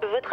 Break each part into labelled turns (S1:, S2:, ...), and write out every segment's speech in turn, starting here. S1: Votre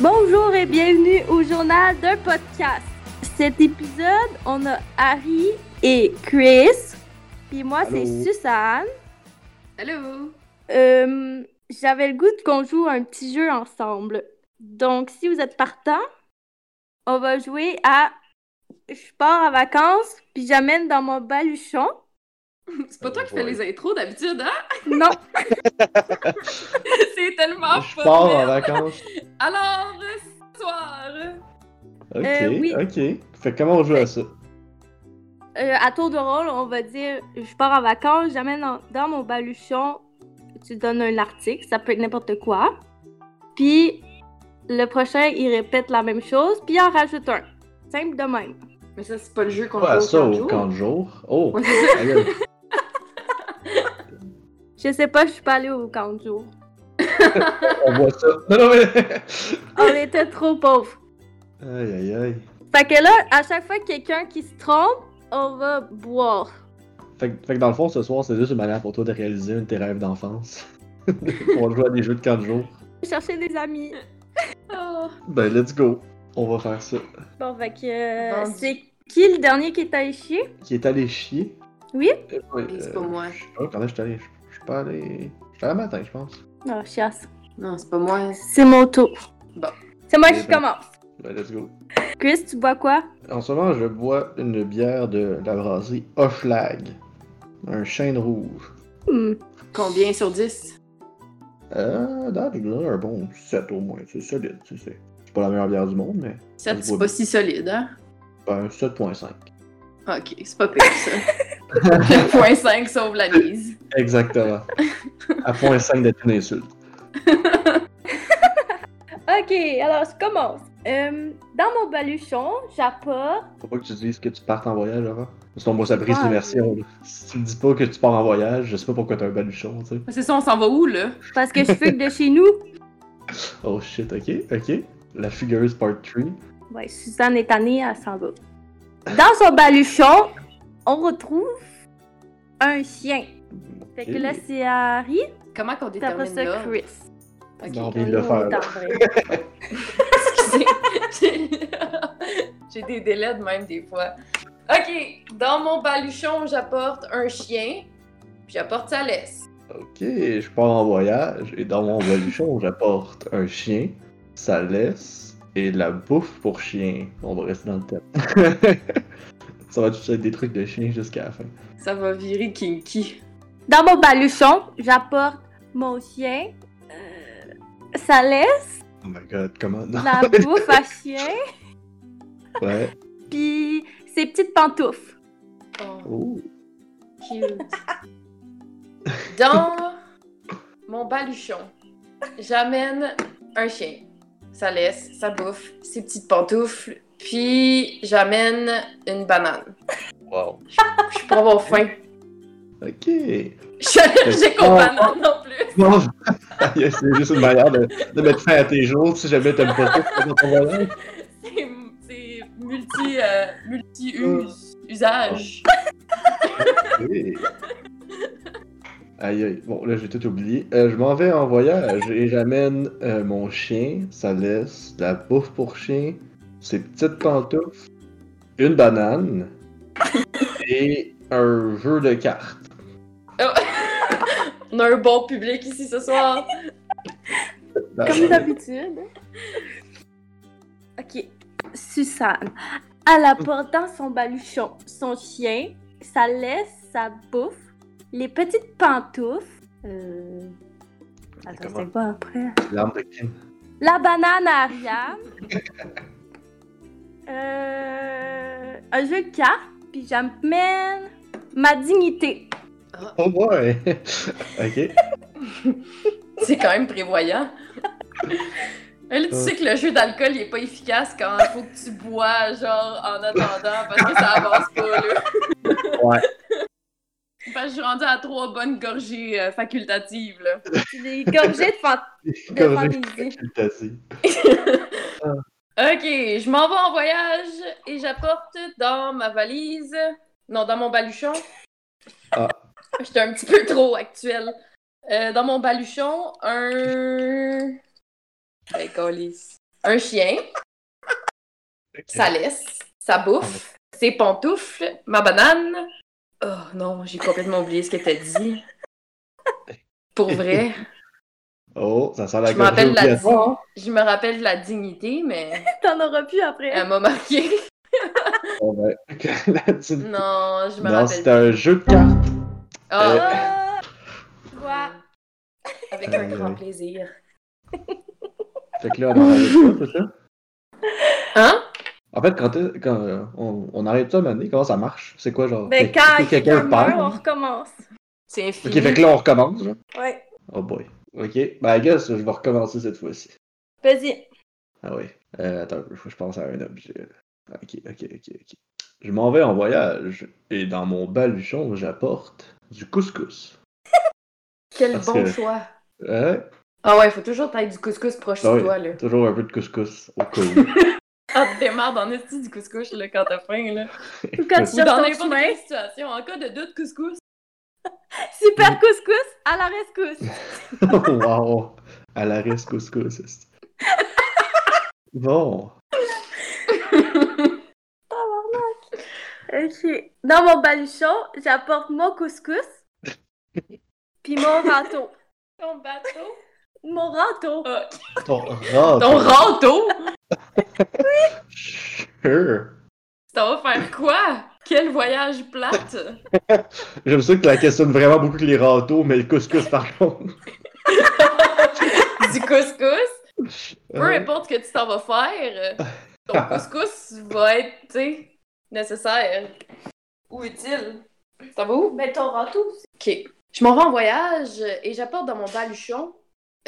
S2: Bonjour et bienvenue au journal d'un podcast. Cet épisode, on a Harry et Chris. Puis moi, c'est Suzanne.
S3: Allô?
S2: Euh, J'avais le goût de qu'on joue à un petit jeu ensemble. Donc, si vous êtes partant, on va jouer à Je pars en vacances, puis j'amène dans mon baluchon.
S3: C'est pas toi qui fais
S4: Oh boy.
S3: les intros d'habitude, hein?
S2: Non,
S3: C'est tellement
S4: Je pars en
S3: formel.
S4: vacances.
S3: Alors, ce soir,
S4: Ok,
S2: Euh, oui.
S4: ok. Fait que comment on joue à ça?
S2: euh, à tour de rôle, on va dire Je pars en vacances, j'amène dans, dans mon baluchon. Tu donnes un article, ça peut être n'importe quoi. Puis le prochain, il répète la même chose, puis il en rajoute un. Simple de même.
S3: mais ça, c'est pas le jeu qu'on
S4: Pas à
S3: joue
S4: ça
S3: au
S4: au camp
S3: camp
S4: de jour. Oh!
S3: de jour.
S4: aïe.
S2: Je sais pas, je suis pas allée au camp de jour.
S4: on voit ça. Non, non, mais.
S2: On était trop pauvres.
S4: Aïe, aïe, aïe.
S2: Fait que là, à chaque fois qu'il y a quelqu'un qui se trompe, on va boire.
S4: Fait, que- fait que dans le fond, ce soir, c'est juste une manière pour toi de réaliser un de tes rêves d'enfance. pour jouer à des jeux de camp de jour.
S2: Chercher des amis.
S3: Oh.
S4: Ben, let's go. On va faire ça.
S2: Bon, fait que euh,
S3: Vendu.
S2: c'est qui le dernier qui est allé chier?
S4: Qui est allé chier?
S2: Oui?
S4: Euh, ouais,
S3: Mais c'est
S4: euh,
S3: pas moi.
S4: Je sais pas quand est-ce que je suis allé. Je- Je suis pas allé. Je suis allé le matin, je pense.
S2: Non, Ah, chiasse.
S3: Non, c'est pas moi.
S2: C'est mon tour.
S3: Bon.
S2: C'est moi
S4: Eh
S2: qui
S4: ben.
S2: commence.
S4: Ben, let's go.
S2: Chris, tu bois quoi?
S4: En ce moment, je bois une bière de la brasserie Hochlag. Un chêne rouge.
S2: Hmm.
S3: Combien sur 10?
S4: Euh, non, je donnerais un bon 7 au moins, c'est solide, tu sais. C'est pas la meilleure bière du monde, mais
S3: Sept,
S4: Je
S3: c'est
S4: vois
S3: pas
S4: bien.
S3: si solide, hein?
S4: ben, 7.5.
S3: Ok, c'est pas pire, ça. le point 5 sauve la mise.
S4: Exactement. à 0.5 d'être une insulte.
S2: Ok, alors je commence. Euh, dans mon baluchon, j'apporte.
S4: Faut pas que tu dises que tu partes en voyage avant. Sinon, moi, ça brise
S2: Ouais.
S4: l'immersion. là. Si tu me dis pas que tu pars en voyage, je sais pas pourquoi t'as un baluchon, tu sais.
S3: C'est ça, on s'en va où, là?
S2: Parce que je fugue de chez nous.
S4: Oh shit, ok, ok. La fugueuse part 3.
S2: Ouais, Suzanne est tannée, elle s'en va. Dans son baluchon, on retrouve un chien. Fait que là, c'est Harry,
S3: Comment qu'on
S2: puis après
S3: détermine
S2: ça,
S3: là?
S2: Chris.
S3: Ok,
S4: Non,
S3: ok,
S4: mais- de le
S2: Nous, on
S4: faire,
S2: est
S4: là.
S2: en vrai.
S3: excusez. J'ai- J'ai des délais de même des fois. Ok, dans mon baluchon, j'apporte un chien, puis j'apporte sa laisse.
S4: Ok, je pars en voyage et dans mon baluchon, j'apporte un chien, sa laisse et de la bouffe pour chien. On va rester dans le thème. Ça va juste être des trucs de chien jusqu'à la fin.
S3: Ça va virer kinky.
S2: Dans mon baluchon, j'apporte mon chien, euh, sa laisse,
S4: Oh my god, comment non?
S2: la bouffe à chien,
S4: Ouais.
S2: puis ses petites pantoufles.
S3: Oh,
S4: Oh.
S3: cute. Dans mon baluchon, j'amène un chien. Sa laisse, sa bouffe, ses petites pantoufles, puis j'amène une banane.
S4: Wow.
S3: Je suis pas avoir faim.
S4: Ok.
S3: Je suis allergique aux bananes en plus.
S4: Bon, c'est juste une manière de, de mettre fin à tes jours si jamais t'aimes pas ça pendant ton voyage.
S3: C'est- C'est multi, euh, multi-use, usage.
S4: Hey. Aïe aïe, bon là j'ai tout oublié. Euh, je m'en vais en voyage et j'amène euh, mon chien, sa laisse, de la bouffe pour chien, ses petites pantoufles, une banane et un jeu de cartes.
S3: Oh. On a un bon public ici ce soir.
S4: Dans-
S2: Comme d'habitude. Ok. Suzanne, elle apporte dans son baluchon son chien, sa laisse, sa bouffe, les petites pantoufles. Euh... Attends,
S4: Comment?
S2: c'est quoi après?
S4: L'arme de Kim.
S2: La banane à Ariane. Euh, un jeu de cartes, puis j'amène ma dignité.
S4: Oh boy! ok.
S3: C'est quand même prévoyant. Mais Là, tu sais que le jeu d'alcool, il est pas efficace quand il faut que tu bois, genre, en attendant, parce que ça avance pas, là.
S4: Ouais.
S3: Parce que je suis rendue à trois bonnes gorgées euh, facultatives, là.
S2: Des gorgées de fan- de
S4: Corrigé
S2: fantaisie.
S4: facultative.
S3: Ok, je m'en vais en voyage et j'apporte dans ma valise. Non, dans mon baluchon.
S4: Ah.
S3: J'étais un petit peu trop actuelle. Euh, dans mon baluchon, un. Ben, câlisse. Un chien, sa laisse, sa bouffe, ses pantoufles, ma banane. Oh non, j'ai complètement oublié ce que t'as dit. Pour vrai,
S4: Oh, ça sent la
S3: je me rappelle de la,
S4: obligatoire.
S3: di- je me rappelle de la dignité, mais
S2: T'en auras plus après.
S3: elle m'a marqué.
S4: Oh, ouais. La di-
S3: Non, je me
S4: Non,
S3: rappelle
S4: c'était un euh, jeu de cartes.
S2: Ah!
S3: Ah,
S2: Ouais.
S3: avec un
S4: Aïe,
S3: grand
S4: aïe.
S3: plaisir.
S4: Fait que là, on arrête ça, c'est ça?
S3: Hein?
S4: En fait, quand, t'es- quand euh, on, on arrête ça, Mané, comment ça marche? C'est quoi, genre?
S2: Ben,
S4: Fait-
S2: quand
S4: faut que
S2: quelqu'un meurt,
S4: perd?
S2: on recommence.
S3: C'est infini.
S4: Ok, fait que là, on recommence, là.
S2: Ouais.
S4: Oh boy. Ok, ben, I guess, je vais recommencer cette fois-ci.
S2: Vas-y.
S4: Ah oui. Euh, attends, faut que je pense à un objet. Ok, ok, ok, ok. Je m'en vais en voyage et dans mon baluchon, j'apporte du couscous.
S3: Quel
S4: Parce
S3: bon
S4: que-
S3: choix.
S4: Hein?
S3: Ah ouais, faut toujours tailler du couscous proche
S4: Ah
S3: de
S4: oui.
S3: toi, là.
S4: Toujours un peu de couscous au cas où.
S3: Ah, tu démarres dans le style du couscous, là, quand t'as faim, là.
S2: Ou quand tu
S3: Ou dans
S2: cherches ton
S3: n'importe
S2: chemin.
S3: quelle situation. En cas de doute, couscous.
S4: Mm.
S2: Super couscous à la rescousse.
S4: wow! À la risque couscous. esti. Bon.
S2: Ok. Dans mon baluchon, j'apporte mon couscous. Puis mon râteau.
S3: Ton bateau.
S2: Mon râteau.
S4: Ton rat.
S3: Ton râteau?
S4: Sure.
S3: Ça va faire quoi? Quel voyage plate?
S4: J'aime ça que tu la questionnes vraiment beaucoup que les râteaux, mais le couscous par contre.
S3: du couscous? Peu
S4: Euh,
S3: importe ce que tu t'en vas faire, euh, ton couscous va être, tu sais, nécessaire. Ou utile. Ça va où?
S2: Mais ton râteau,
S3: Ok. Je m'en vais en voyage et j'apporte dans mon baluchon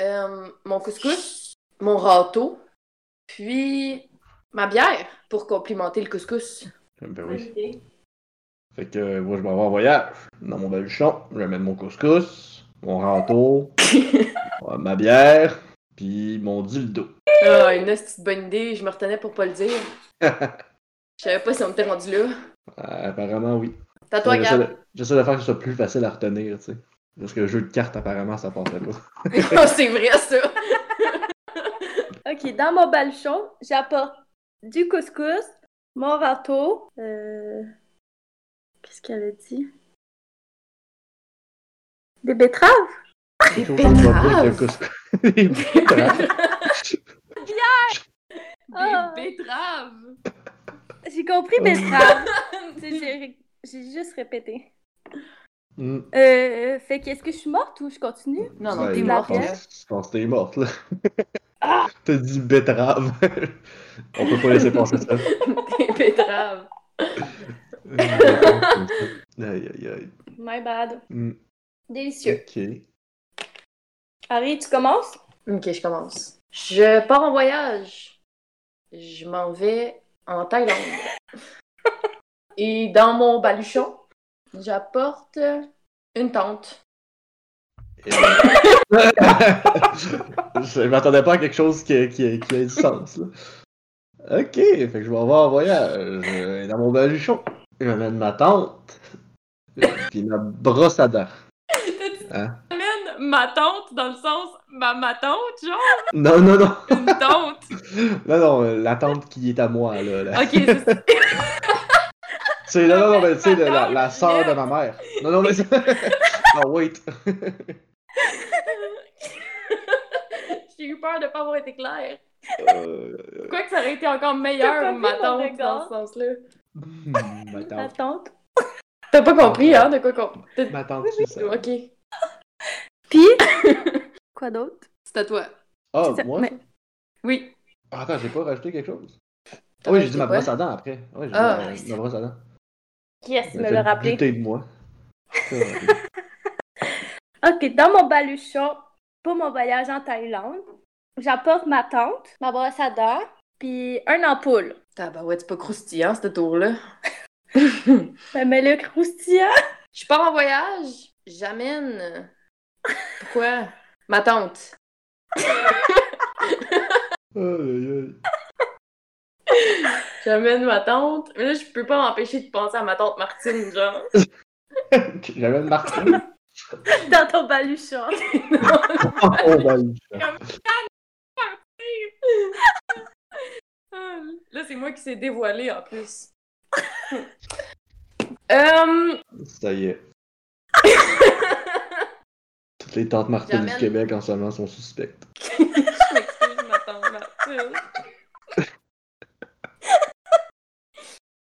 S3: euh, mon couscous, mon râteau, puis ma bière pour complimenter le couscous.
S4: ben oui.
S2: c'est.
S4: Fait que euh, moi, je m'en vais en voyage. Dans mon baluchon, je vais mettre mon couscous, mon râteau, euh, ma bière, puis mon dildo.
S3: Ah, une petite bonne idée, je me retenais pour pas le dire. Je savais pas si on était rendu là.
S4: Euh, apparemment, oui.
S3: T'as toi,
S4: J'essaie
S3: Gab.
S4: de- J'essaie de faire que ce soit plus facile à retenir, tu sais. Parce que le jeu de cartes, apparemment, ça passait pas.
S3: Ah, c'est vrai, ça.
S2: Ok, dans mon baluchon, j'apporte du couscous, mon râteau. Euh... Qu'est-ce qu'elle a dit? Des betteraves?
S4: Des le
S3: betteraves.
S4: couscous. Des betteraves.
S2: Ah.
S3: Des betteraves.
S2: J'ai compris
S4: Euh.
S2: betteraves. Tu sais, J'ai j'ai juste répété.
S4: Mm.
S2: Euh, fait que est-ce que je suis morte ou je continue?
S3: Non, non,
S4: Ouais,
S3: t'es
S4: je
S3: morte.
S4: pense-
S3: là.
S4: Je pense que t'es morte, là. T'as dit betterave. On peut pas laisser passer ça.
S3: Des betteraves.
S4: aïe, aïe, aïe.
S2: My bad.
S4: Mm.
S2: Délicieux.
S4: Ok.
S2: Harry, tu commences?
S3: Ok, je commence. Je pars en voyage. Je m'en vais en Thaïlande. Et dans mon baluchon, j'apporte une tente.
S4: Et- ben- je m'attendais pas à quelque chose qui, qui, qui ait du sens. Là. Ok, fait que je m'en vais en voyage euh, dans mon baluchon. Je mène ma tente, puis ma brosse à dents.
S3: Amène ma tante dans le sens ma, ma tante, genre
S4: Non, non, non,
S3: une tente.
S4: non, non, euh, la tente qui est à moi, là. là.
S3: Ok, c'est ça.
S4: C'est non, non, non, mais tu sais, la, la, la sœur de ma mère. Non, non, mais. Ah, wait.
S3: J'ai eu peur de pas avoir été claire.
S4: Euh...
S3: Quoi que ça aurait été encore
S2: T'as pas
S3: meilleur,
S2: vu
S3: ma
S2: mon
S3: tante, dans
S2: regard?
S3: ce sens-là.
S4: hmm, Ma
S2: La
S4: tante,
S2: tante.
S3: T'as pas compris, hein, de quoi qu'on. t'as-
S4: ma tante, c'est ça.
S3: Ok,
S2: Puis, quoi d'autre?
S3: c'est à toi.
S4: Ah,
S2: C'est-
S4: moi?
S2: mais-
S3: Oui.
S4: Ah, Attends, j'ai pas rajouté quelque chose?
S3: T'as
S4: Ah oui, j'ai
S3: rajouté
S4: dit ma
S3: quoi?
S4: brosse à dents après. Oui, j'ai
S3: Ah,
S4: dit ma- ma brosse à dents.
S2: Yes,
S4: Elle
S2: me
S4: fait
S2: le rappeler.
S4: douter de moi. Ça, ouais.
S2: Ok, dans mon baluchon, pour mon voyage en Thaïlande, j'apporte ma tente, ma brosse à dents, puis un ampoule.
S3: Tabarouette, c'est pas croustillant, ce tour-là.
S2: Ben, mais le croustillant!
S3: Je pars en voyage. J'amène. Pourquoi? Ma tante.
S4: Aïe, aïe.
S3: J'amène ma tante. Mais là, je peux pas m'empêcher de penser à ma tante Martine, genre.
S4: J'amène Martine.
S2: dans ton baluchon.
S4: Oh, ben,
S3: Ah, Là, c'est moi qui s'est dévoilé en plus. Hum,
S4: ça y est. Toutes les tantes Martine du
S3: J'amène-
S4: Québec en ce moment sont suspectes.
S3: je m'excuse, ma tante Martine.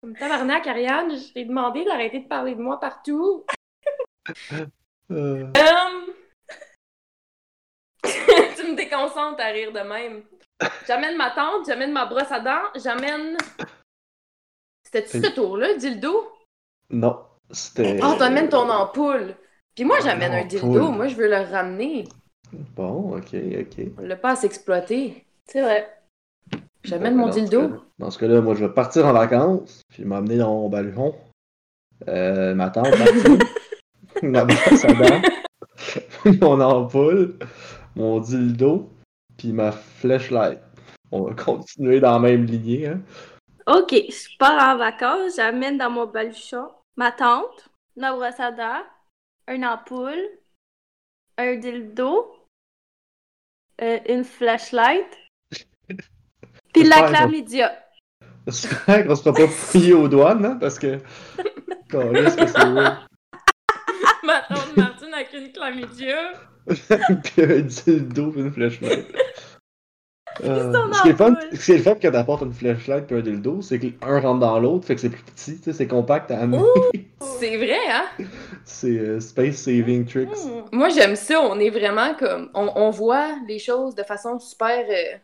S3: Comme tabarnak, Ariane, je t'ai demandé d'arrêter de parler de moi partout.
S4: Euh,
S3: Hum. tu me déconcentres à rire de même. J'amène ma tante, j'amène ma brosse à dents, j'amène. C'était-tu ce tour-là, le dildo?
S4: non, c'était.
S3: Ah, t'amènes ton ampoule. Puis moi, j'amène un
S4: Ampoule.
S3: dildo. Moi, je veux le ramener.
S4: Bon, ok, ok.
S3: On l'a pas à s'exploiter.
S2: C'est vrai.
S3: J'amène
S4: Bon,
S3: mon
S4: ben, dans ce
S3: dildo.
S4: cas-là- Dans ce cas-là, moi, je vais partir en vacances, puis m'emmener dans mon balcon. Euh, ma tante, Martine, ma brosse à dents, mon ampoule, mon dildo, puis ma flashlight. On va continuer dans la même lignée. Hein.
S2: Ok, je pars en vacances, j'amène dans mon baluchon ma tente, ma brosse à dents, un ampoule, un dildo, euh, une flashlight, puis de la
S4: Super,
S2: chlamydia.
S4: J'espère qu'on se fera pas fouiller aux douanes, hein, parce que. Qu'on risque, c'est vrai.
S3: Ma tante Martine avec une chlamydia.
S4: puis un dildo puis une flashlight. Euh,
S2: Son
S4: ce, qui est fun,
S2: ampoule.
S4: ce qui est le fun quand t'apportes une flashlight puis un dildo, c'est que un rentre dans l'autre, fait que c'est plus petit, tu sais, c'est compact à amener.
S3: C'est vrai, hein?
S4: C'est euh, Space Saving Tricks.
S3: Moi, j'aime ça. On est vraiment comme. On, on voit les choses de façon super euh,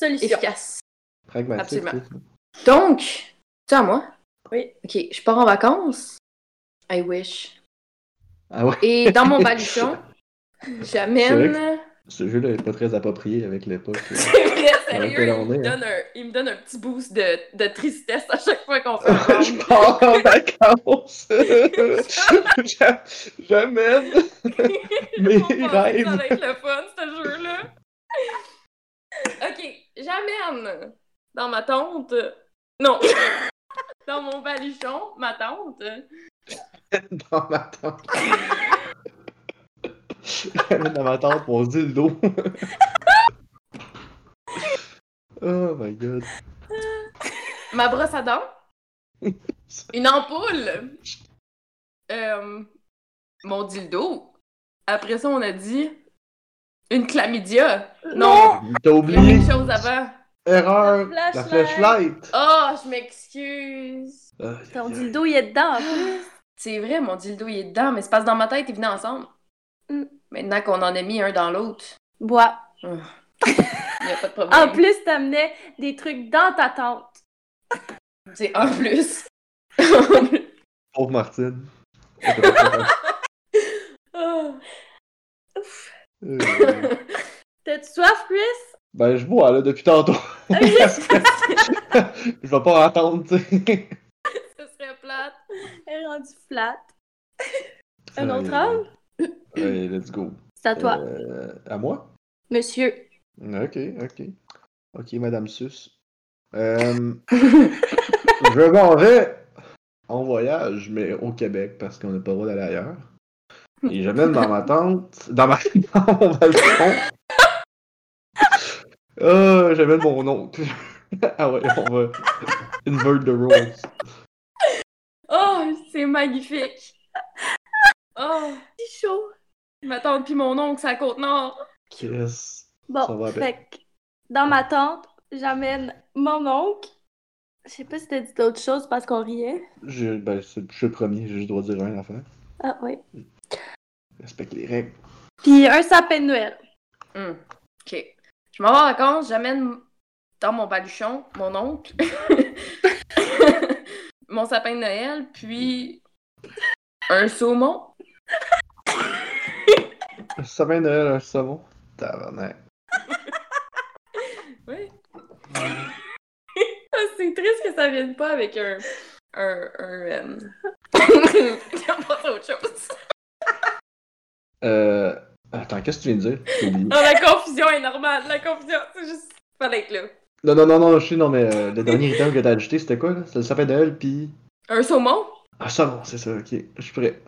S2: Solution.
S3: efficace.
S4: Pragmatique.
S3: Absolument.
S4: tu sais.
S3: Donc, tu à moi?
S2: Oui.
S3: Ok, je pars en vacances. I wish.
S4: Ah ouais,
S3: Et dans mon baluchon, j'amène.
S4: ce jeu-là est pas très approprié avec l'époque.
S3: C'est vrai,
S4: Ouais,
S3: sérieux. Il
S4: quelle
S3: me,
S4: journée, hein.
S3: donne un, il me donne un petit boost de, de tristesse à chaque fois qu'on fait un round.
S4: Je pars en vacances! J'a- J'amène mes
S3: Ils m'ont pas dit que ça
S4: rêves!
S3: allait être le fun, ce jeu-là. ok, j'amène dans ma tente. Non! dans mon baluchon, ma tante.
S4: dans ma tente. J'amène dans ma tente mon dildo. oh my god.
S3: Ma brosse à dents. Une ampoule. Euh, mon dildo. Après ça, on a dit une chlamydia. Non!
S4: T'as
S3: Il y a
S4: oublié.
S3: quelque chose avant.
S4: Erreur. La
S2: La
S4: flashlight.
S2: flashlight.
S3: Oh, je m'excuse.
S4: Aïe,
S2: Ton
S4: aïe, aïe.
S2: dildo, il est dedans. en plus.
S3: C'est vrai, mon dildo, il est dedans, mais c'est parce que dans ma tête, ils venaient ensemble.
S2: Mm.
S3: Maintenant qu'on en a mis un dans l'autre,
S2: Bois.
S3: il n'y a pas de problème.
S2: En plus, t'amenais des trucs dans ta tente.
S3: C'est en plus. Ah.
S4: Pauvre Martine. Euh,
S2: T'as-tu soif, Chris?
S4: ben, je bois là depuis tantôt.
S2: Ah
S4: je vais pas attendre, tu sais.
S3: Ce serait plate.
S2: Elle est rendue flat. Un autre round?
S4: Ouais, let's go.
S2: C'est à toi.
S4: Euh, à moi?
S2: Monsieur.
S4: Ok, ok. Ok, Madame Sus. Euh, je m'en vais en voyage, mais au Québec, parce qu'on n'a pas le droit d'aller ailleurs. Et j'amène dans ma tente, dans, ma, dans mon balcon. Ah, j'amène mon oncle. ah ouais, on va invert the roles.
S3: Oh, c'est magnifique. Oh,
S2: C'est chaud.
S3: ma tante puis mon oncle, c'est à Côte-Nord.
S4: Yes. Ça
S2: Bon,
S4: va bien.
S2: fait que dans ma tente, j'amène mon oncle. Je sais pas si t'as dit d'autres choses parce qu'on riait.
S4: Je, ben, c'est- je suis le premier, j'ai juste le droit de dire un affaire.
S2: Ah oui.
S4: Respecte les règles.
S2: Puis un sapin de Noël.
S3: Hmm, OK. Je m'en vais en vacances, j'amène dans mon baluchon mon oncle, mon sapin de Noël, puis un saumon.
S4: Un Sapin de Noël, un savon. Tabarnak.
S3: Ah, ça vienne pas avec un. Un. Un. euh, J'aime pas autre chose.
S4: Euh... Attends, qu'est-ce que tu viens de dire? J'ai oublié.
S3: Non, la confusion est normale. La confusion, c'est juste. Fallait être là.
S4: Non, non, non, non, je sais, non, mais euh, le dernier item que t'as ajouté, c'était quoi, là? C'était le sapin de Noël, pis...
S3: Un saumon?
S4: Ah, ça, bon, c'est ça, ok, je suis prêt.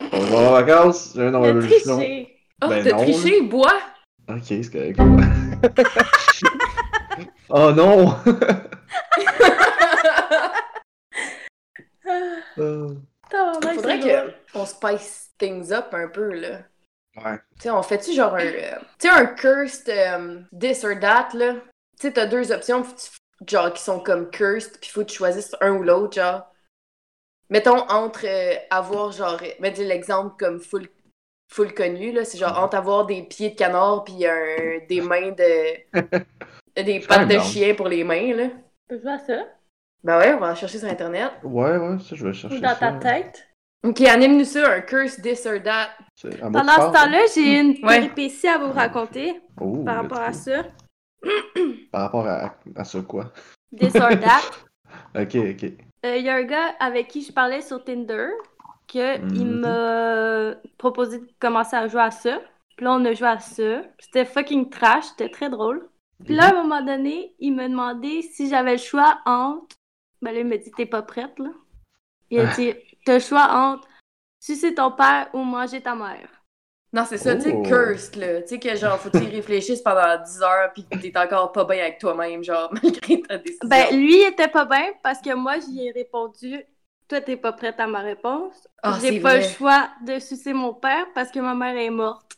S4: On va en vacances, j'ai un nom à
S3: T'as
S4: l'autre, sinon-
S3: triché. Oh,
S4: Ben
S3: t'as
S4: non,
S3: triché, bois!
S4: Ok, c'est correct. oh non!
S3: Ah,
S4: Euh,
S3: Faudrait que on spice things up un peu, là.
S4: Ouais.
S3: Tu sais, on fait-tu genre un. euh, tu sais, un cursed euh, this or that, là? Tu sais, t'as deux options, faut que tu- genre, qui sont comme cursed, puis faut que tu choisisses un ou l'autre, genre. Mettons, entre euh, avoir, genre. euh, Mettons l'exemple comme full, full connu, là. C'est genre, entre avoir des pieds de canard, puis un- des mains de. des
S4: quand
S3: pattes
S4: même
S3: de
S4: down.
S3: chien pour les mains, là.
S5: Tu peux jouer à ça?
S3: Ben ouais, on va en chercher sur Internet.
S4: Ouais, ouais, ça, je vais chercher
S5: Ou dans
S4: ça.
S5: ta tête?
S3: Ok, anime-nous ça, un curse this or that.
S4: C'est un mot de
S2: Pendant ce
S4: passe, hein?
S2: temps-là, j'ai une
S3: Ouais.
S2: péripétie à vous raconter
S4: Oh,
S2: par rapport à
S4: let's
S2: ça.
S4: go. Par rapport à, à ça, quoi?
S2: This or that.
S4: Ok, ok.
S2: Il y a un gars avec qui je parlais sur Tinder que il
S4: Mhm.
S2: m'a proposé de commencer à jouer à ça. Puis là, on a joué à ça. C'était fucking trash, c'était très drôle. Puis
S3: Mhm.
S2: là, à un moment donné, il m'a demandé si j'avais le choix entre... Ben là, il m'a dit « T'es pas prête, là? » Il a
S3: Ah.
S2: dit « T'as le choix entre sucer ton père ou manger ta mère.
S3: Non, c'est ça, tu sais,
S4: Oh.
S3: cursed, là. Tu sais, que genre, faut que tu y réfléchisses pendant 10 heures, pis que t'es encore pas bien avec toi-même, genre, malgré ta décision. »
S2: Ben, lui, il était pas bien parce que moi, j'y ai répondu « Toi, t'es pas prête à ma réponse.
S3: Ah, c'est
S2: J'ai pas
S3: vrai.
S2: le choix de sucer mon père parce que ma mère est morte.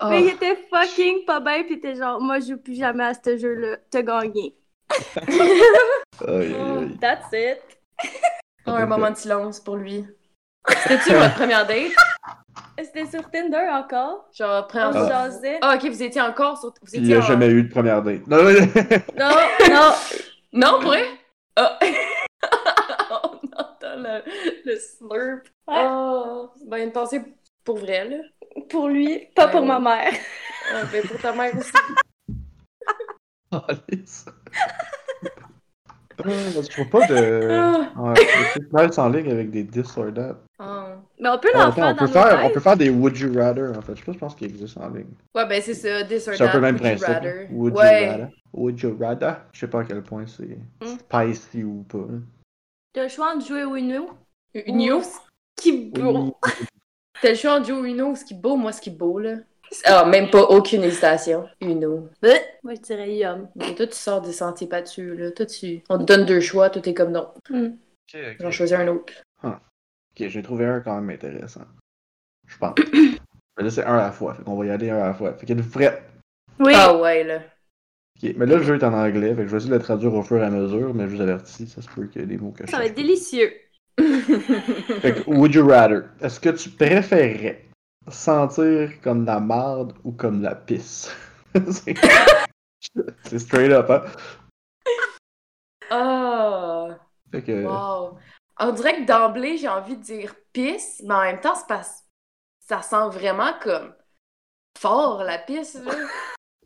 S3: Ah.
S2: Mais il était fucking pas bien, pis t'es genre, moi je joue plus jamais à ce jeu-là, t'as gagné.
S4: Aïe, aïe, aïe.
S5: Mm, That's it.
S3: Oh, un moment de silence pour lui. C'était-tu votre première date?
S5: C'était sur Tinder encore.
S3: Genre,
S5: On
S3: prends.
S4: Ah.
S5: jasait.
S3: Ah, ok, vous étiez encore sur. Vous
S4: Il
S3: étiez
S4: a
S3: en-
S4: jamais eu de première date. Non, non,
S5: Non, non.
S3: Non, pour vrai? Ah! On entend le, le slurp.
S5: Ouais.
S3: Oh, ben, une pensée pour vrai, là.
S5: Pour lui, pas pour
S3: Ouais.
S5: ma mère.
S3: Ah, ben, pour ta mère aussi.
S4: non. Oh, Alice. Euh, Je trouve pas de.
S3: Ah.
S4: Ouais, je suis mal sans ligne avec des this or that.
S3: Ah.
S2: Mais on peut
S4: Ah,
S2: l'en
S4: attends,
S2: faire
S4: on, peut
S2: dans
S4: faire,
S2: nos
S4: on peut
S2: têtes.
S4: faire des Would You Rather en fait. Je sais pas, je pense qu'ils existent en ligne.
S3: Ouais, ben c'est ça, this or
S4: C'est un peu le
S3: that,
S4: même
S3: would you
S4: principe. là.
S3: rather.
S4: Would You
S3: ouais.
S4: Rather. Would You Rather. Je sais pas à quel point c'est
S2: Hmm.
S4: spicy ou pas. là.
S2: T'as le choix de jouer au Uno.
S3: Une Uno, ce qui est beau.
S4: Oui.
S3: T'as le choix entre Joe Uno ou ce qui est beau, moi ce qui est beau, là. Ah, même pas aucune hésitation. Uno. Bleh.
S2: Moi je dirais Yum.
S3: Mais toi, tu sors des sentiers battus, là. Toi, tu. On te donne deux choix, toi, t'es comme non. J'en choisis un autre.
S4: Ok, j'ai trouvé un quand même intéressant. Je pense. mais là, c'est un à la fois. Fait qu'on va y aller un à la fois. Fait qu'il y a une frette.
S2: Oui.
S3: Ah ouais, là.
S4: Ok, mais là, le jeu est en anglais. Fait que je vais essayer de le traduire au fur et à mesure. Mais je vous avertis, ça se peut qu'il y ait des mots que je
S2: Ça va
S4: change
S2: être délicieux.
S4: Fait que, would you rather? Est-ce que tu préférerais sentir comme de la marde ou comme de la pisse? C'est- C'est straight up, hein?
S3: Ah!
S4: Fait que,
S3: Wow. On dirait que d'emblée, j'ai envie de dire pisse, mais en même temps, c'est parce- ça sent vraiment comme fort la pisse, là.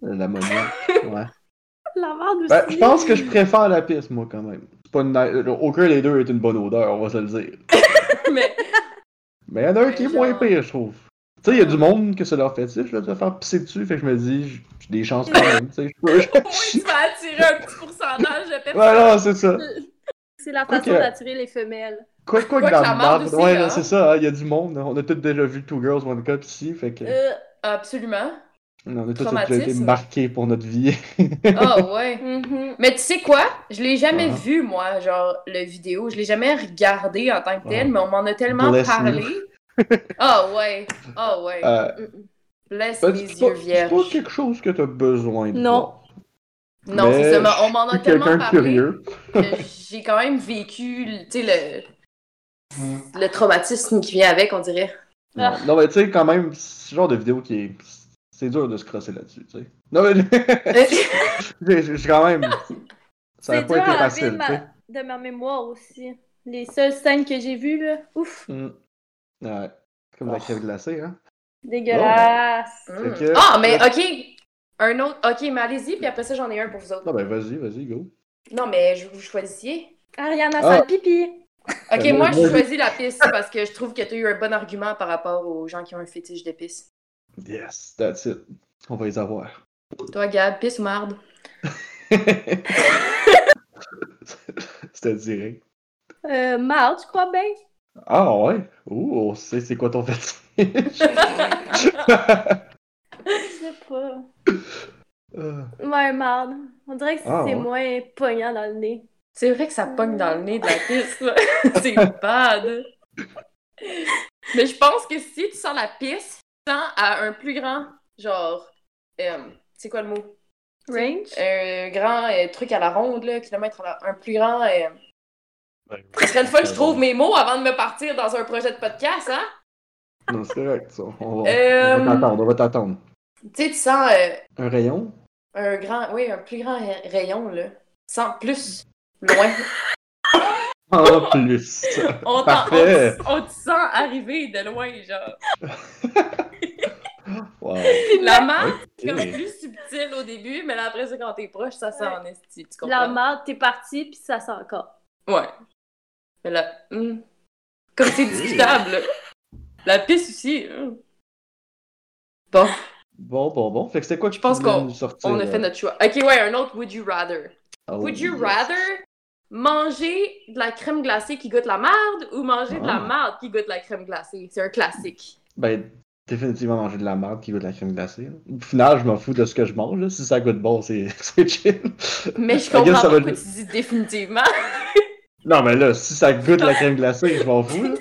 S4: euh, la monnaie. Ouais.
S2: La merde
S4: Ben,
S2: aussi.
S4: je pense que je préfère la pisse, moi, quand même. C'est pas une... euh, Aucun des deux est une bonne odeur, on va se le dire.
S3: mais.
S4: Mais il y en a un qui est
S3: Mais
S4: moins
S3: genre-
S4: pire, je trouve. Tu sais, il y a du monde que c'est leur fétiche, là, de se faire pisser dessus. Fait que je me dis, j- j'ai des chances quand même. Tu sais, je peux.
S3: Au moins, tu vas attirer un petit pourcentage de personnes.
S4: Ouais, non, c'est ça.
S2: C'est la façon
S4: Ok.
S2: d'attirer les femelles.
S4: Quoi, quoi,
S3: Quoi
S4: que dans
S3: que ça
S4: le
S3: marche
S4: marbre-
S3: aussi, hein.
S4: Ouais,
S3: là.
S4: c'est ça, hein, il y a du monde. On a tous déjà vu Two Girls, One Cup ici, fait que
S5: Euh,
S3: Ah, Absolument.
S4: on a tous
S3: traumatisme.
S4: déjà été marqués pour notre vie.
S3: Ah ouais.
S2: mhm.
S3: Mais tu sais quoi? Je l'ai jamais
S4: Ah.
S3: vu, moi, genre, le vidéo. Je l'ai jamais regardé en tant que tel,
S4: Ah.
S3: mais on m'en a tellement
S4: Bless
S3: parlé. Ah ouais. Ah ouais.
S4: Euh,
S3: Bless
S4: ben,
S3: mes
S4: c'est pas,
S3: yeux
S4: c'est pas
S3: vierges.
S4: quelque chose que t'as besoin de
S2: Non.
S4: voir.
S3: Non,
S4: Mais
S3: c'est ça. mais
S4: je
S3: On m'en a
S4: suis
S3: tellement
S4: quelqu'un de
S3: parlé
S4: curieux.
S3: que j'ai quand même vécu, tu sais,
S4: Mm.
S3: le... le traumatisme qui vient avec, on dirait.
S5: Ah.
S4: Non, mais tu sais, quand même, c'est le genre de vidéo qui est... C'est dur de se crosser là-dessus, tu sais. Non, mais j'ai- j'ai j'ai quand même... Ça n'a
S5: c'est
S4: pas
S5: dur
S4: été
S5: à
S4: facile,
S5: enlever
S4: tu sais.
S5: ma- de ma mémoire aussi. Les seules scènes que j'ai vues, là, ouf,
S4: Mm. Ouais. Comme
S5: Oh.
S4: la crème glacée, hein.
S5: dégueulasse.
S3: Hmm.
S4: que-
S3: Ah, mais ok. Un autre. Ok, mais allez-y, puis après ça, j'en ai un pour vous autres.
S4: Non, ben vas-y, vas-y, go.
S3: Non, mais je vous choisissiez.
S2: Ariana
S4: Ah.
S2: sale pipi.
S3: Ok, moi,
S4: Euh, moi,
S3: je choisis la pisse parce que je trouve que tu as eu un bon argument par rapport aux gens qui ont un fétiche d'épices.
S4: Yes, that's it. On va les avoir.
S3: Toi, Gab, pisse ou marde?
S4: C'était direct.
S2: Euh, Marge, je crois bien.
S4: Ah ouais? Ouh, on sait c'est quoi ton fétiche.
S2: Je sais pas.
S4: Ah.
S2: Ouais, marde. On dirait que
S4: Ah,
S2: c'est
S4: ouais.
S2: moins poignant dans le nez.
S3: C'est vrai que ça pogne dans le nez de la pisse, là. C'est bad. Mais je pense que si tu sens la pisse, tu sens à un plus grand, genre, euh, c'est quoi le mot?
S2: Range?
S3: Un grand euh, truc à la ronde, là, kilomètre à la... Un plus grand... euh, Ce serait une fois que je trouve mes mots avant de me partir dans un projet de podcast, hein?
S4: Non, c'est correct, ça. On va,
S3: Euh,
S4: on va t'attendre, on va t'attendre.
S3: Tu sais, tu sens euh,
S4: Un rayon?
S3: un grand... Oui, un plus grand ra- rayon, là. Tu sens plus loin. Ah!
S4: En plus!
S3: On t'en- on
S4: Parfait.
S3: te- on te sent arriver de loin, genre.
S4: Wow.
S3: La marque, Ah, C'est comme
S4: Ok.
S3: plus subtil au début, mais là, après ça, quand t'es proche, ça sent en esti, tu
S2: La
S3: comprends?
S2: marde, t'es parti, puis ça sent encore.
S3: Ouais. Mais là, hum. comme c'est discutable, là. la pisse aussi. hum. Bon,
S4: Bon, bon, bon. Fait que c'était quoi que
S3: Je pense
S4: tu voulais
S3: qu'on-
S4: nous sortir,
S3: on a
S4: euh,
S3: fait notre choix. Ok, ouais, un autre Would You Rather.
S4: oh,
S3: Would You
S4: yes.
S3: Rather manger de la crème glacée qui goûte la marde ou manger de la
S4: Ah.
S3: marde qui goûte la crème glacée? C'est un classique.
S4: Ben, définitivement manger de la merde qui goûte la crème glacée. là. Au final, je m'en fous de ce que je mange. là. Si ça goûte bon, c'est c'est chill.
S3: Mais je
S4: I guess
S3: comprends pas
S4: ça va
S3: pourquoi
S4: être-
S3: tu dis définitivement.
S4: Non, mais là, si ça goûte la crème glacée, je m'en fous. là.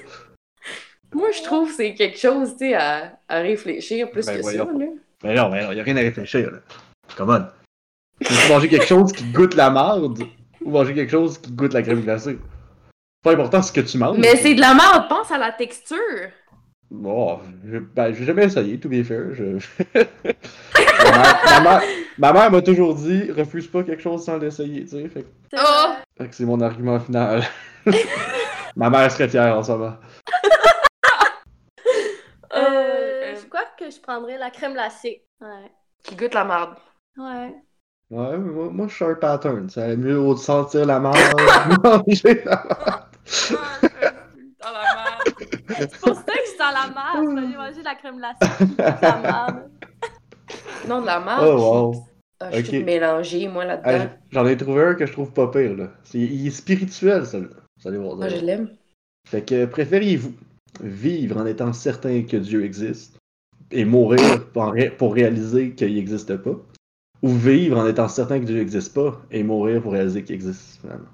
S3: Moi, je trouve que c'est quelque chose, tu sais, à, à réfléchir plus
S4: Ben,
S3: que ça,
S4: voyons.
S3: là.
S4: Mais non, mais non, y a rien à réfléchir. Là. Come on. Tu veux manger quelque chose qui goûte la merde ou manger quelque chose qui goûte la crème glacée? Pas important ce que tu manges.
S3: Mais c'est de la merde, pense à la texture.
S4: Bon, je- ben, j'ai jamais essayé, to be fair. je- ma, mère, ma mère- ma mère m'a toujours dit, refuse pas quelque chose sans l'essayer, tu sais. Fait, que-
S3: Oh,
S4: fait que c'est mon argument final. ma mère serait fière en ce moment.
S2: Euh,
S3: Euh,
S2: je crois que je prendrais la crème glacée. Ouais.
S3: qui goûte la merde.
S2: Ouais.
S4: Ouais, mais moi, moi je suis un pattern. C'est mieux au de sentir la merde, que manger la
S3: Ah, Dans la merde.
S2: C'est pour ça que je suis dans la marde. J'ai mangé de la crème glacée. La marde.
S3: Non, de la merde.
S4: Oh wow.
S3: Ah, je suis
S4: Ok.
S3: toute mélangée, moi,
S4: Ah,
S3: là-dedans.
S4: j- J'en ai trouvé un que je trouve pas pire, là. C'est- il est spirituel, celui-là. Vous allez voir. vous
S3: Moi,
S4: allez
S3: Ah, je
S4: voir.
S3: l'aime.
S4: Fait que préfériez-vous vivre en étant certain que Dieu existe et mourir pour, ré- pour réaliser qu'il n'existe pas ou vivre en étant certain que Dieu n'existe pas et mourir pour réaliser qu'il existe finalement.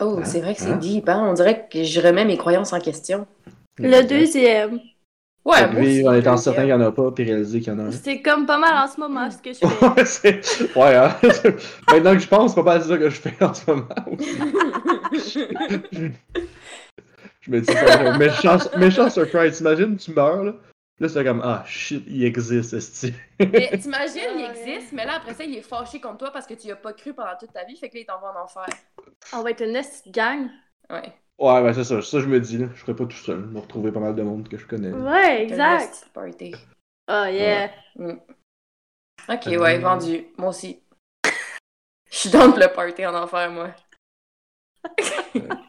S3: Oh,
S4: Hein?
S3: c'est vrai que c'est
S4: Hein?
S3: deep, hein? On dirait que je remets mes croyances en question.
S2: Le deuxième.
S3: Ouais,
S4: Fait que
S3: moi aussi,
S4: vivre en étant
S3: je
S4: certain qu'il
S3: l'aime.
S4: n'y en a pas puis réaliser qu'il y en a un.
S2: C'est comme pas mal en ce moment ce que je fais.
S4: Ouais, c'est- ouais, hein. Maintenant que je pense, c'est pas mal ça que je fais en ce moment. aussi. je je me dis, ça va être un méchant, méchant surprise. T'imagines, tu meurs, là. Là, c'est comme, ah, shit, il existe, ce
S3: Mais t'imagines, il
S2: Ah, ouais.
S3: existe, mais là, après ça, il est fâché contre toi parce que tu y as pas cru pendant toute ta vie, fait que là, il t'envoie en enfer.
S2: On va être une petite gang.
S3: Ouais.
S4: Ouais, ben c'est ça, ça je me dis, là. Je serais pas tout seul. Je vais retrouver pas mal de monde que je connais.
S2: Ouais,
S3: Une
S2: exact.
S3: petite party.
S2: Oh yeah.
S3: Ok,
S4: Euh,
S3: ouais, vendu. Moi aussi. Je suis dans le party en enfer, moi.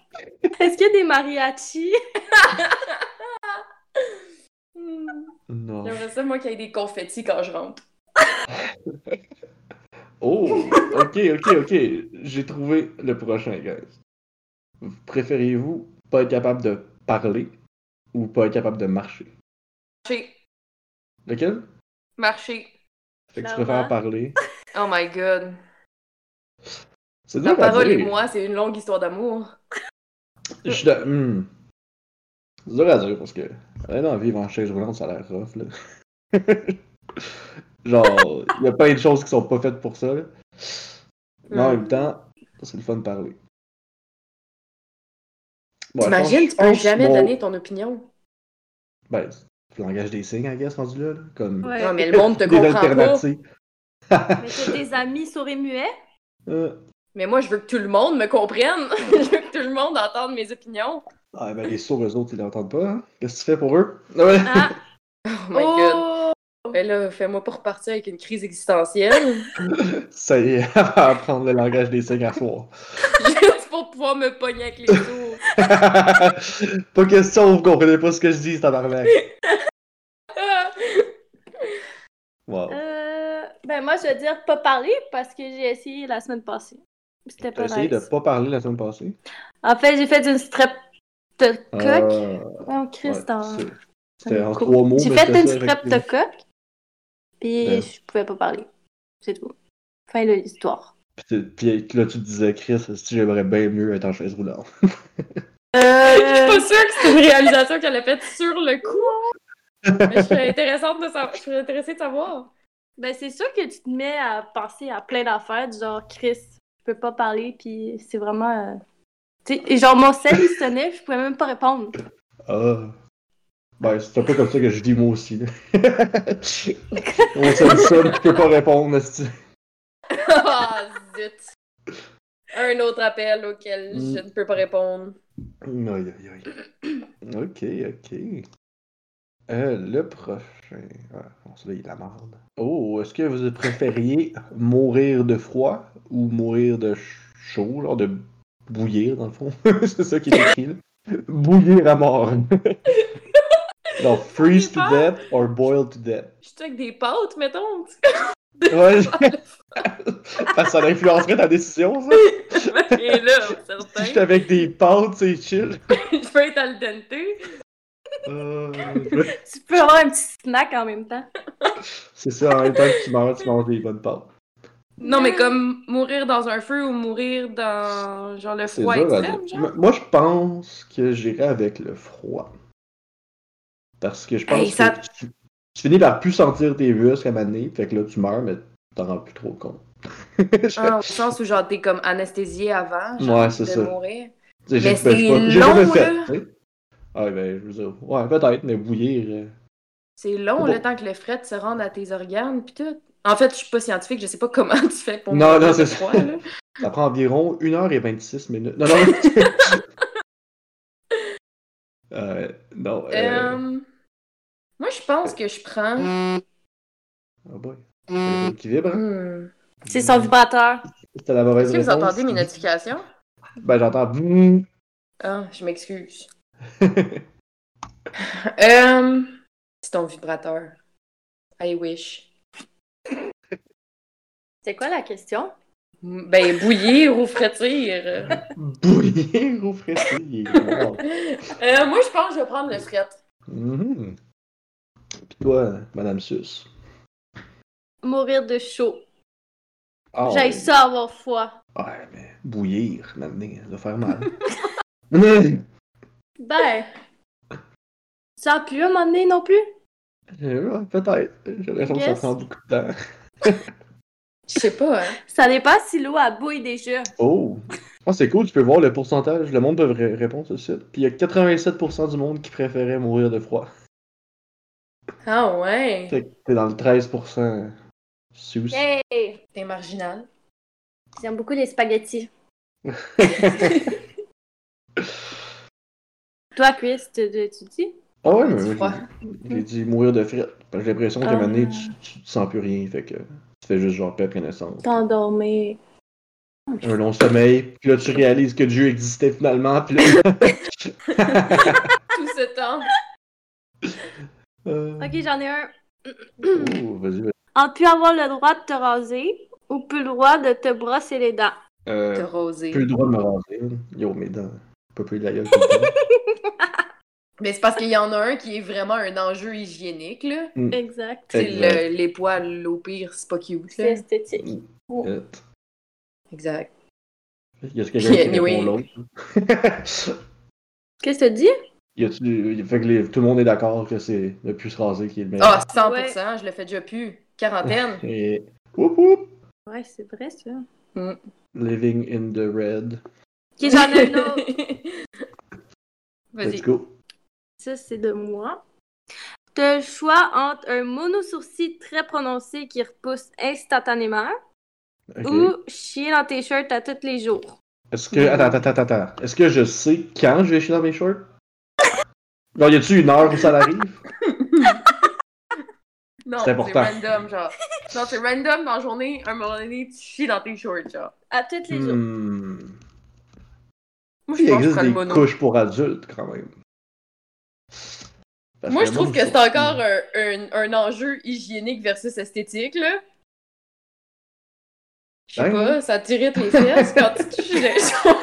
S2: Est-ce qu'il y a des mariachis?
S4: Non.
S3: J'aimerais ça, moi, qu'il y ait des confettis quand je rentre.
S4: Oh, ok, ok, ok. J'ai trouvé le prochain, guys. Préférez-vous pas être capable de parler ou pas être capable de marcher?
S3: Marcher,
S4: Lequel?
S3: marcher.
S4: Fait que tu
S2: Clairement.
S4: préfères parler.
S3: Oh my god.
S4: C'est
S3: La
S4: dur à
S3: parole et
S4: dire.
S3: moi, c'est une longue histoire d'amour.
S4: Je suis de- hmm. C'est dur à dire parce que aller dans vivre en chaise roulante, ça a l'air rough, là. Genre, il y a plein de choses qui sont pas faites pour ça, là. Mais en
S3: Ouais.
S4: même temps, c'est le fun de parler. Bon, je
S3: T'imagines, tu
S4: pense- je
S3: peux
S4: pense
S3: jamais
S4: mon-
S3: donner ton opinion.
S4: Ben, c'est le langage des signes, I guess, rendu là, là. Comme...
S2: Ouais.
S3: Non, mais le monde te
S4: Des
S3: comprend pas.
S4: alternatives.
S2: Mais t'as des amis sourds et muets?
S4: Euh,
S3: Mais moi, je veux que tout le monde me comprenne. je veux que tout le monde entende mes opinions.
S4: Ah, hein. ben, les sourds, eux autres, ils l'entendent pas, hein. Qu'est-ce que tu fais pour eux? Ah, ouais.
S2: Ah,
S3: Oh my Oh god. Mais là, fais-moi pas repartir avec une crise existentielle.
S4: Ça y est, elle va apprendre le langage des signes à soir.
S3: Juste pour pouvoir me pogner avec les autres.
S4: pas question, vous comprenez pas ce que je dis, tabarnak. Wow.
S2: Euh, ben moi, je vais dire pas parler parce que j'ai essayé la semaine passée. C'était
S4: T'as
S2: pas
S4: essayé de
S2: nice.
S4: pas parler la semaine passée?
S2: En fait, j'ai fait une streptocoque.
S4: Euh,
S2: Oh,
S4: ouais,
S2: Christ, en-
S4: c'est- C'était en
S2: en cours.
S4: trois mots.
S2: J'ai
S4: mais
S2: fait
S4: c'était
S2: une
S4: ça, effectivement.
S2: streptocoque. Puis
S4: Ouais.
S2: je pouvais pas parler. C'est tout. Fin de l'histoire.
S4: Puis t'es- Puis là, tu te disais, Chris, si j'aimerais bien mieux être en chaise roulante.
S2: Euh,
S3: Je suis pas sûre que c'est une réalisation qu'elle a faite sur le coup. Mais je serais intéressante de savoir. Je serais intéressée de savoir.
S2: Ben, c'est sûr que tu te mets à penser à plein d'affaires, du genre Chris, je peux pas parler, puis c'est vraiment. euh, Tu sais, et genre mon sel, il sonnait, je pouvais même pas répondre.
S4: Ah. Ben, c'est un peu comme ça que je vis moi aussi. Là. On se dit ça, mais tu peux pas répondre, esti.
S3: Ah, zut. Un autre appel auquel
S4: Mm.
S3: je ne peux pas répondre.
S4: Aïe, aïe, aïe. Ok, ok. Euh, le prochain. Ah, bon, celui-là, il est de la merde. Oh, est-ce que vous préfériez mourir de froid ou mourir de ch- chaud, genre de bouillir, dans le fond? C'est ça qui est écrit, là. Bouillir à mort. Donc, freeze to death or boil to death.
S3: Je suis avec des pâtes, mettons.
S4: Ouais, Parce que ça influencerait ta décision, ça.
S3: Et là,
S4: Si j'étais
S3: certain.
S4: avec des pâtes, c'est chill.
S3: Je peux être al dente.
S4: Euh,
S2: Tu peux avoir un petit snack en même temps.
S4: c'est ça, en même temps que tu meurs, tu manges des bonnes pâtes.
S3: Non, mais comme mourir dans un feu ou mourir dans genre le
S4: C'est
S3: froid
S4: dur à
S3: extrême,
S4: dire.
S3: genre.
S4: M- Moi, je pense que j'irai avec le froid. Parce que je pense
S3: Hey, ça-
S4: que tu, tu finis par plus sentir tes muscles à maner, fait que là, tu meurs, mais t'en rends plus trop compte. Je-
S3: Ah, au sens où genre t'es comme anesthésié avant genre,
S4: Ouais,
S3: de
S4: c'est ça.
S3: mourir.
S4: Tu sais,
S3: mais
S4: j'ai- ben,
S3: c'est
S4: je sais pas- j'ai jamais
S3: long,
S4: fait,
S3: là.
S4: tu sais. Ouais, ben, je veux dire, ouais, peut-être, mais bouillir. euh,
S3: C'est long
S4: Bon.
S3: le temps que le fret se rende à tes organes puis tout. En fait, je suis pas scientifique, je sais pas comment tu fais pour
S4: Non,
S3: mourir
S4: non,
S3: de
S4: c'est
S3: froid,
S4: ça.
S3: là.
S4: Ça prend environ 1h26 minutes. Non, non, non. Euh, non. Euh...
S3: Euh, Moi, je pense que je prends.
S4: Oh boy. Il y a quelqu'un qui vibre.
S3: Hmm.
S2: C'est
S4: Mm.
S2: son vibrateur.
S4: C'était hein. la mauvaise
S3: Est-ce que vous
S4: réponse.
S3: entendez mes notifications?
S4: Ben, j'entends. boum.
S3: Ah, je m'excuse. Euh, C'est ton vibrateur. I wish.
S2: C'est quoi la question?
S3: M- Ben, bouillir ou frétir.
S4: Bouillir au frais. Il est mort.
S3: Euh, moi, je pense que je vais prendre le fret.
S4: Mhm. Puis toi, Madame Sus.
S2: Mourir de chaud.
S4: Ah,
S2: J'aille ça avoir foi.
S4: Ouais, mais bouillir, maintenant, ça va faire mal.
S2: Ben. Ça a pu un moment donné non plus?
S4: Euh, ouais, Peut-être. J'ai l'impression que ça
S2: Yes.
S4: prend beaucoup de temps.
S3: Je sais pas, hein.
S2: Ça dépend si l'eau a bouille déjà.
S4: Oh! Ah, c'est cool, tu peux voir le pourcentage. Le monde peut ré- répondre sur le site. Puis il y a 87% du monde qui préférait mourir de froid.
S3: Ah ouais.
S4: Fait que t'es dans le 13%. Sous.
S2: Hey!
S3: T'es marginal.
S2: J'aime beaucoup les spaghettis. Toi, Chris, tu, tu- tu dis?
S4: Ah ouais,
S3: Du
S4: mais
S3: froid.
S4: moi, j'ai- j'ai dit mourir de frites. Parce que J'ai l'impression qu'à un
S2: Ah.
S4: moment donné, tu, tu, tu sens plus rien. Fait que tu fais juste genre perdre connaissance.
S2: T'endormir.
S4: Un long sommeil. Puis là, tu réalises que Dieu existait finalement. Puis là.
S3: Tout ce temps.
S4: euh,
S2: Ok, j'en ai un.
S4: oh, vas-y, vas-y.
S2: En plus avoir le droit de te raser ou plus le droit de te brosser les dents.
S3: De
S4: Euh,
S3: rosé.
S4: plus le droit de me raser. Yo, mes dents. Pas plus de la gueule. tout le temps.
S3: Mais c'est parce qu'il y en a un qui est vraiment un enjeu hygiénique, là.
S2: Exact.
S3: C'est
S4: Exact.
S3: le- les poils, au pire, c'est pas cute,
S2: C'est
S3: là.
S2: esthétique.
S4: Euh,
S3: Exact.
S4: Y a-tu quelqu'un qui
S3: Puis, anyway.
S4: répond l'autre?
S2: Qu'est-ce que tu dis?
S4: Y a-tu du- Fait que les- tout le monde est d'accord que c'est le plus rasé qui est le meilleur.
S3: Ah, 100%, je le fais déjà plus.
S2: Ah,
S3: Quarantaine.
S4: Et... Whoop, whoop.
S2: Ouais, c'est vrai, ça.
S4: Living in the red.
S2: Ok, j'en ai un autre.
S3: Vas-y.
S4: Let's go.
S2: Ça, c'est de moi. T'as le choix entre un mono-sourcil très prononcé qui repousse instantanément
S4: Ok.
S2: ou chier dans tes shirts à tous les jours.
S4: Est-ce que. Attends, attends, attends, attends. Est-ce que je sais quand je vais chier dans mes shorts? Genre, y a-tu une heure où ça arrive?
S3: Non,
S4: C'est
S3: c'est
S4: important.
S3: random, genre. Non, c'est random dans la journée, un moment donné, tu chies dans tes shorts, genre.
S5: À toutes les jours.
S4: Hmm.
S3: Moi, je
S4: Il
S3: pense que je
S4: existe
S3: prends le
S4: des
S3: mono.
S4: couches pour adultes quand même. Parce
S3: Moi,
S4: le
S3: je trouve
S4: monde
S3: que c'est
S4: sont-
S3: encore un, un- un enjeu hygiénique versus esthétique, là. Je sais
S4: Ben.
S3: pas, ça t'irrite les fesses quand tu touches les gens.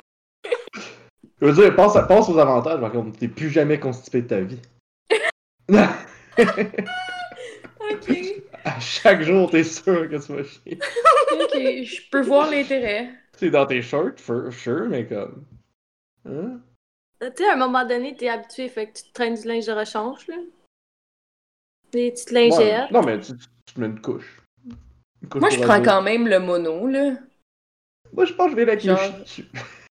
S4: Je veux dire, pense, à- pense aux avantages, par contre. T'es plus jamais constipé de ta vie.
S3: Ok,
S4: à chaque jour, t'es sûr que tu vas chier.
S3: ok, je peux voir l'intérêt.
S4: C'est dans tes shirts, for sure, mais comme. Hein?
S5: Tu sais, à un moment donné, t'es habitué, fait que tu te traînes du linge de rechange, là. Des petites lingettes.
S4: Ouais, Non, mais tu, tu- tu te mets une couche. Une couche
S3: Moi, je
S4: pour
S3: prends
S4: adulte.
S3: quand même le mono, là.
S4: Moi, je pense que je vais la
S3: Genre-
S4: dessus.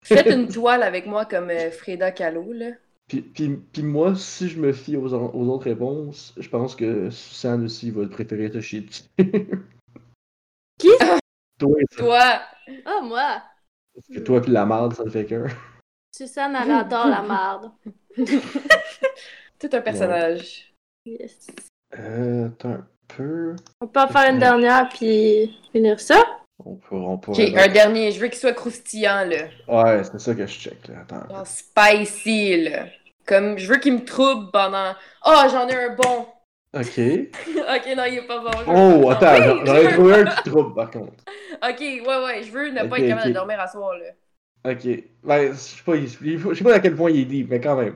S3: Faites une toile avec moi comme euh, Freda Kahlo, là.
S4: Puis, puis, puis moi, si je me fie aux, en- aux autres réponses, je pense que Suzanne aussi va préférer te chier dessus.
S5: Qui?
S4: Toi, ça-
S3: Toi!
S5: Ah, moi!
S4: parce que toi pis la marde, ça ne fait qu'un.
S5: Suzanne, elle adore la marde.
S3: Tout un personnage.
S5: Yes.
S4: Euh, attends un peu.
S5: On peut en faire
S4: Mm.
S5: une dernière, puis finir ça.
S4: On peut, on peut.
S3: Ok, un dernier. Je veux qu'il soit croustillant, là.
S4: Ouais, c'est ça que je check, là. Attends. un peu.
S3: Genre spicy, là. Comme, je veux qu'il me trouble pendant... Oh, j'en ai un bon!
S4: Ok.
S3: ok, non, il est pas bon. je veux
S4: Oh,
S3: pas
S4: attends,
S3: le
S4: j'en-
S3: prendre.
S4: j'en ai trouvé un qui trouble, par contre.
S3: Ok, ouais, ouais, je veux ne pas
S4: Ok,
S3: être capable
S4: ok.
S3: de dormir à soir, là.
S4: Ok. Ben, je sais pas, il- il faut- je sais pas à quel point il est deep, mais quand même.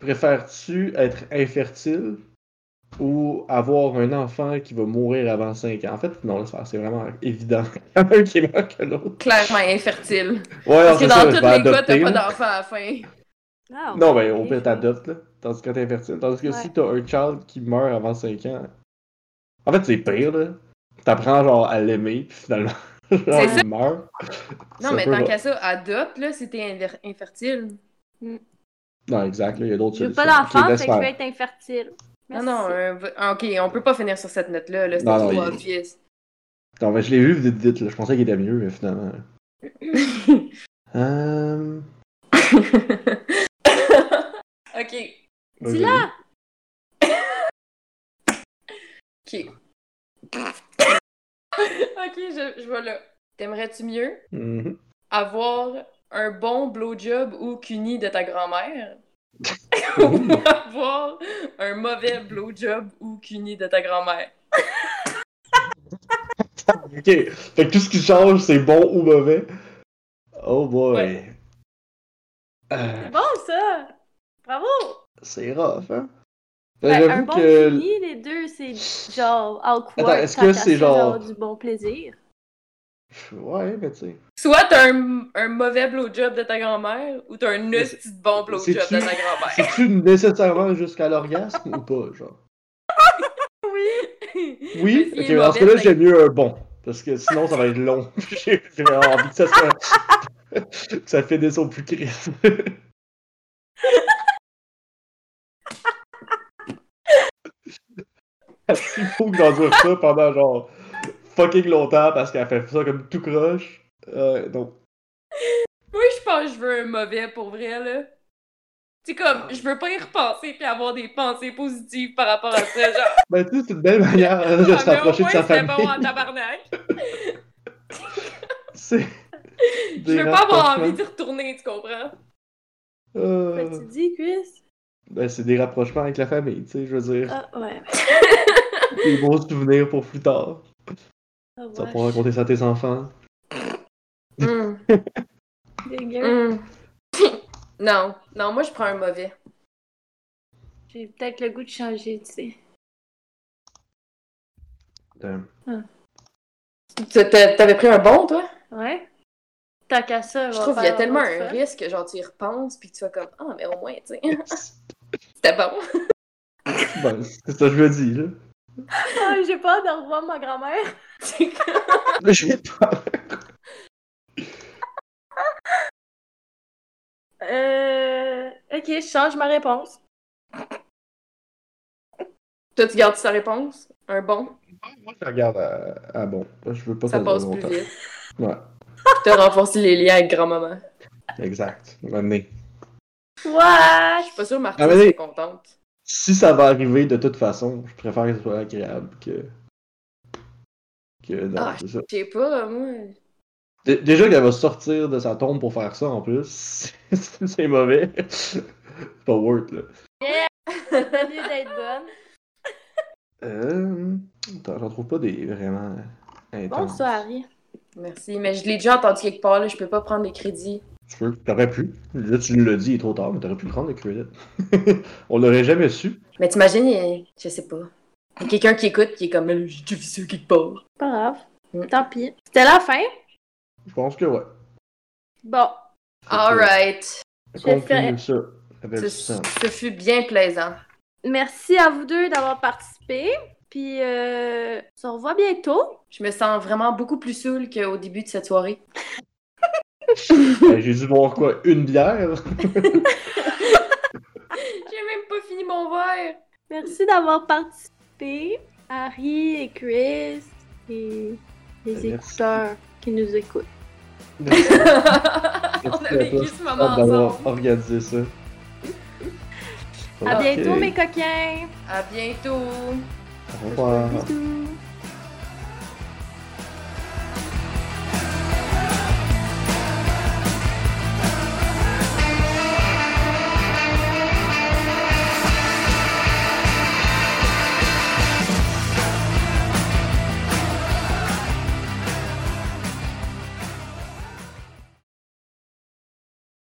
S4: Préfères-tu être infertile ou avoir un enfant qui va mourir avant 5 ans? En fait, non, laisse faire, c'est vraiment évident. Il y en a un qui est mort que l'autre.
S3: Clairement infertile.
S4: Ouais,
S3: Parce
S4: alors
S3: que
S4: Ah, c'est
S3: dans
S4: ça, je
S3: toutes
S4: vais
S3: les cas, t'as
S4: adopter.
S3: pas
S4: là.
S3: d'enfant à la fin. Ah,
S4: Non, ben, au pire, t'adoptes, là. Tandis que quand t'es infertile. Tandis que
S5: Ouais.
S4: si t'as un child qui meurt avant 5 ans, en fait, c'est pire, là. T'apprends, genre, à l'aimer, puis finalement,
S3: ça.
S4: genre, il meurt.
S3: Non,
S4: Ça
S3: mais
S4: peut
S3: tant
S4: pas.
S3: qu'à ça, adopte, là, si t'es inver- infertile.
S4: Non, exact, là, il y a d'autres
S5: Je veux
S4: solutions.
S5: pas
S4: Ok,
S5: d'enfant,
S4: laisse
S5: fait que je
S4: faire.
S5: vais être infertile.
S3: Non, non, un v- ah, ok, on peut pas finir sur cette note-là, là, c'était
S4: Non, non,
S3: trop
S4: il-
S3: obvious.
S4: Non, mais je l'ai vu vite, vite, là. Je pensais qu'il était mieux, mais finalement. Euh...
S3: ok,
S4: moi,
S5: Tu
S4: je
S5: l'as?
S3: ok. ok, je, je vais là. T'aimerais-tu mieux
S4: l'ai. Mhm.
S3: avoir un bon blowjob ou cuni de ta grand-mère? ou avoir un mauvais blowjob ou cuni de ta grand-mère?
S4: Ok. Fait que tout ce qui change, c'est bon ou mauvais. Oh boy.
S3: Ouais.
S4: Euh,
S5: Bon, ça! Bravo!
S4: c'est rough, hein? Ben,
S5: Ben, un
S4: J'avoue
S5: bon
S4: que.
S5: fini, les deux, c'est genre awkward.
S4: Attends, est-ce
S5: tant
S4: que
S5: qu'à
S4: c'est
S5: ça,
S4: genre-
S5: du bon plaisir?
S4: Ouais, mais tu sais.
S3: Soit t'as un, un mauvais blowjob de ta grand-mère ou t'as un hostie de bon blowjob de ta
S4: c'est-tu-
S3: grand-mère.
S4: C'est-tu nécessairement jusqu'à l'orgasme ou pas, genre?
S3: Oui.
S4: Oui?
S3: Mais
S4: Ok,
S3: s'il est
S4: dans ce
S3: mauvais,
S4: cas-là,
S3: c'est-
S4: j'aime mieux un bon. Parce que sinon, ça va être long. J'ai j'ai envie que ça soit. que ça finisse au plus crisp. Parce qu'il faut que j'endure ça pendant genre fucking longtemps parce qu'elle fait ça comme tout croche. Euh, donc,
S3: Moi, je pense que je veux un mauvais pour vrai, là. C'est comme,
S4: Ah.
S3: je veux pas y repenser puis avoir des pensées positives par rapport à ça. Genre,
S4: ben, tu sais, c'est une belle manière hein,
S3: Ah, mais
S4: de
S3: au
S4: s'approcher de
S3: moins,
S4: sa
S3: c'était
S4: famille.
S3: bon en tabarnak.
S4: C'est.
S3: Je veux pas avoir envie d'y retourner, tu comprends?
S4: Euh.
S5: Petit dit, Chris?
S4: Ben, c'est des rapprochements avec la famille, tu sais, je veux dire.
S5: Ah, ouais.
S4: Des beaux souvenirs pour plus tard.
S5: Ah,
S4: Tu vas
S5: ouais.
S4: pouvoir raconter ça à tes enfants.
S3: Mm,
S5: Dégueu.
S3: non, non, moi, je prends un mauvais.
S5: J'ai peut-être le goût de changer, tu sais.
S4: Damn.
S3: T'avais pris un bon, toi?
S5: Ouais? Tant qu'à ça, on
S3: Je
S5: va
S3: trouve qu'il y a
S5: faire
S3: tellement
S5: autre
S3: un
S5: fois.
S3: risque, genre, tu y repenses puis tu vas comme, ah, mais au moins, tu sais, c'était bon.
S4: Ben, c'est ça que je me dis, là.
S5: Ah, J'ai peur de revoir ma grand-mère.
S3: C'est comme-
S4: Là, j'ai peur.
S5: Euh... Ok, je change ma réponse.
S3: Toi, tu gardes ta réponse? Un bon?
S4: Moi, je la garde à, à bon. Là, Je veux pas
S3: Ça
S4: faire
S3: passe
S4: durer
S3: plus
S4: longtemps.
S3: vite.
S4: Ouais.
S3: T'as renforcé les liens avec grand-maman.
S4: Exact. Amené.
S5: Wesh!
S3: Je suis pas sûre, Martine,
S4: Ah, mais
S3: c'est
S4: oui.
S3: contente.
S4: si ça va arriver de toute façon, je préfère que ce soit agréable que. Que non,
S3: Ah,
S4: c'est ça.
S3: Je sais pas, moi.
S4: Dé- Déjà qu'elle va sortir de sa tombe pour faire ça en plus, c'est- c'est mauvais. C'est pas worth là.
S2: Au lieu d'être bonne.
S4: Euh... Attends, j'en trouve pas des vraiment
S2: Bon,
S4: intenses.
S2: ça, Harry.
S3: Merci, mais je l'ai déjà entendu quelque part, là. Je peux pas prendre les crédits.
S4: Tu peux, t'aurais pu. Là, tu l'as dit, il est trop tard, mais t'aurais pu prendre le credit. On l'aurait jamais su.
S3: Mais t'imagines, il- je sais pas. Il y a quelqu'un qui écoute qui est comme, Euh, j'ai déjà vu ça quelque part.
S2: Pas grave.
S3: Mm.
S2: Tant pis. C'était la fin.
S4: Je pense que ouais.
S2: Bon.
S3: Alright.
S4: Fait
S2: Je
S4: qu'on
S2: ferai-
S4: conclut ça avec
S3: Ce,
S4: du sang.
S3: ce fut bien plaisant.
S2: Merci à vous deux d'avoir participé. Puis, euh, on se revoit bientôt.
S3: Je me sens vraiment beaucoup plus saoule qu'au début de cette soirée.
S4: Ben, J'ai dû boire quoi Une bière
S3: J'ai même pas fini mon verre.
S2: Merci d'avoir participé. Harry et Chris et les
S4: Merci.
S2: écouteurs qui nous écoutent.
S3: On a
S4: Merci à
S3: vécu
S4: toi,
S3: ce moment
S4: d'avoir
S3: ensemble.
S4: organisé ça.
S2: À
S4: Ok.
S2: bientôt, mes coquins!
S3: À bientôt.
S4: Au revoir.
S2: Bisous!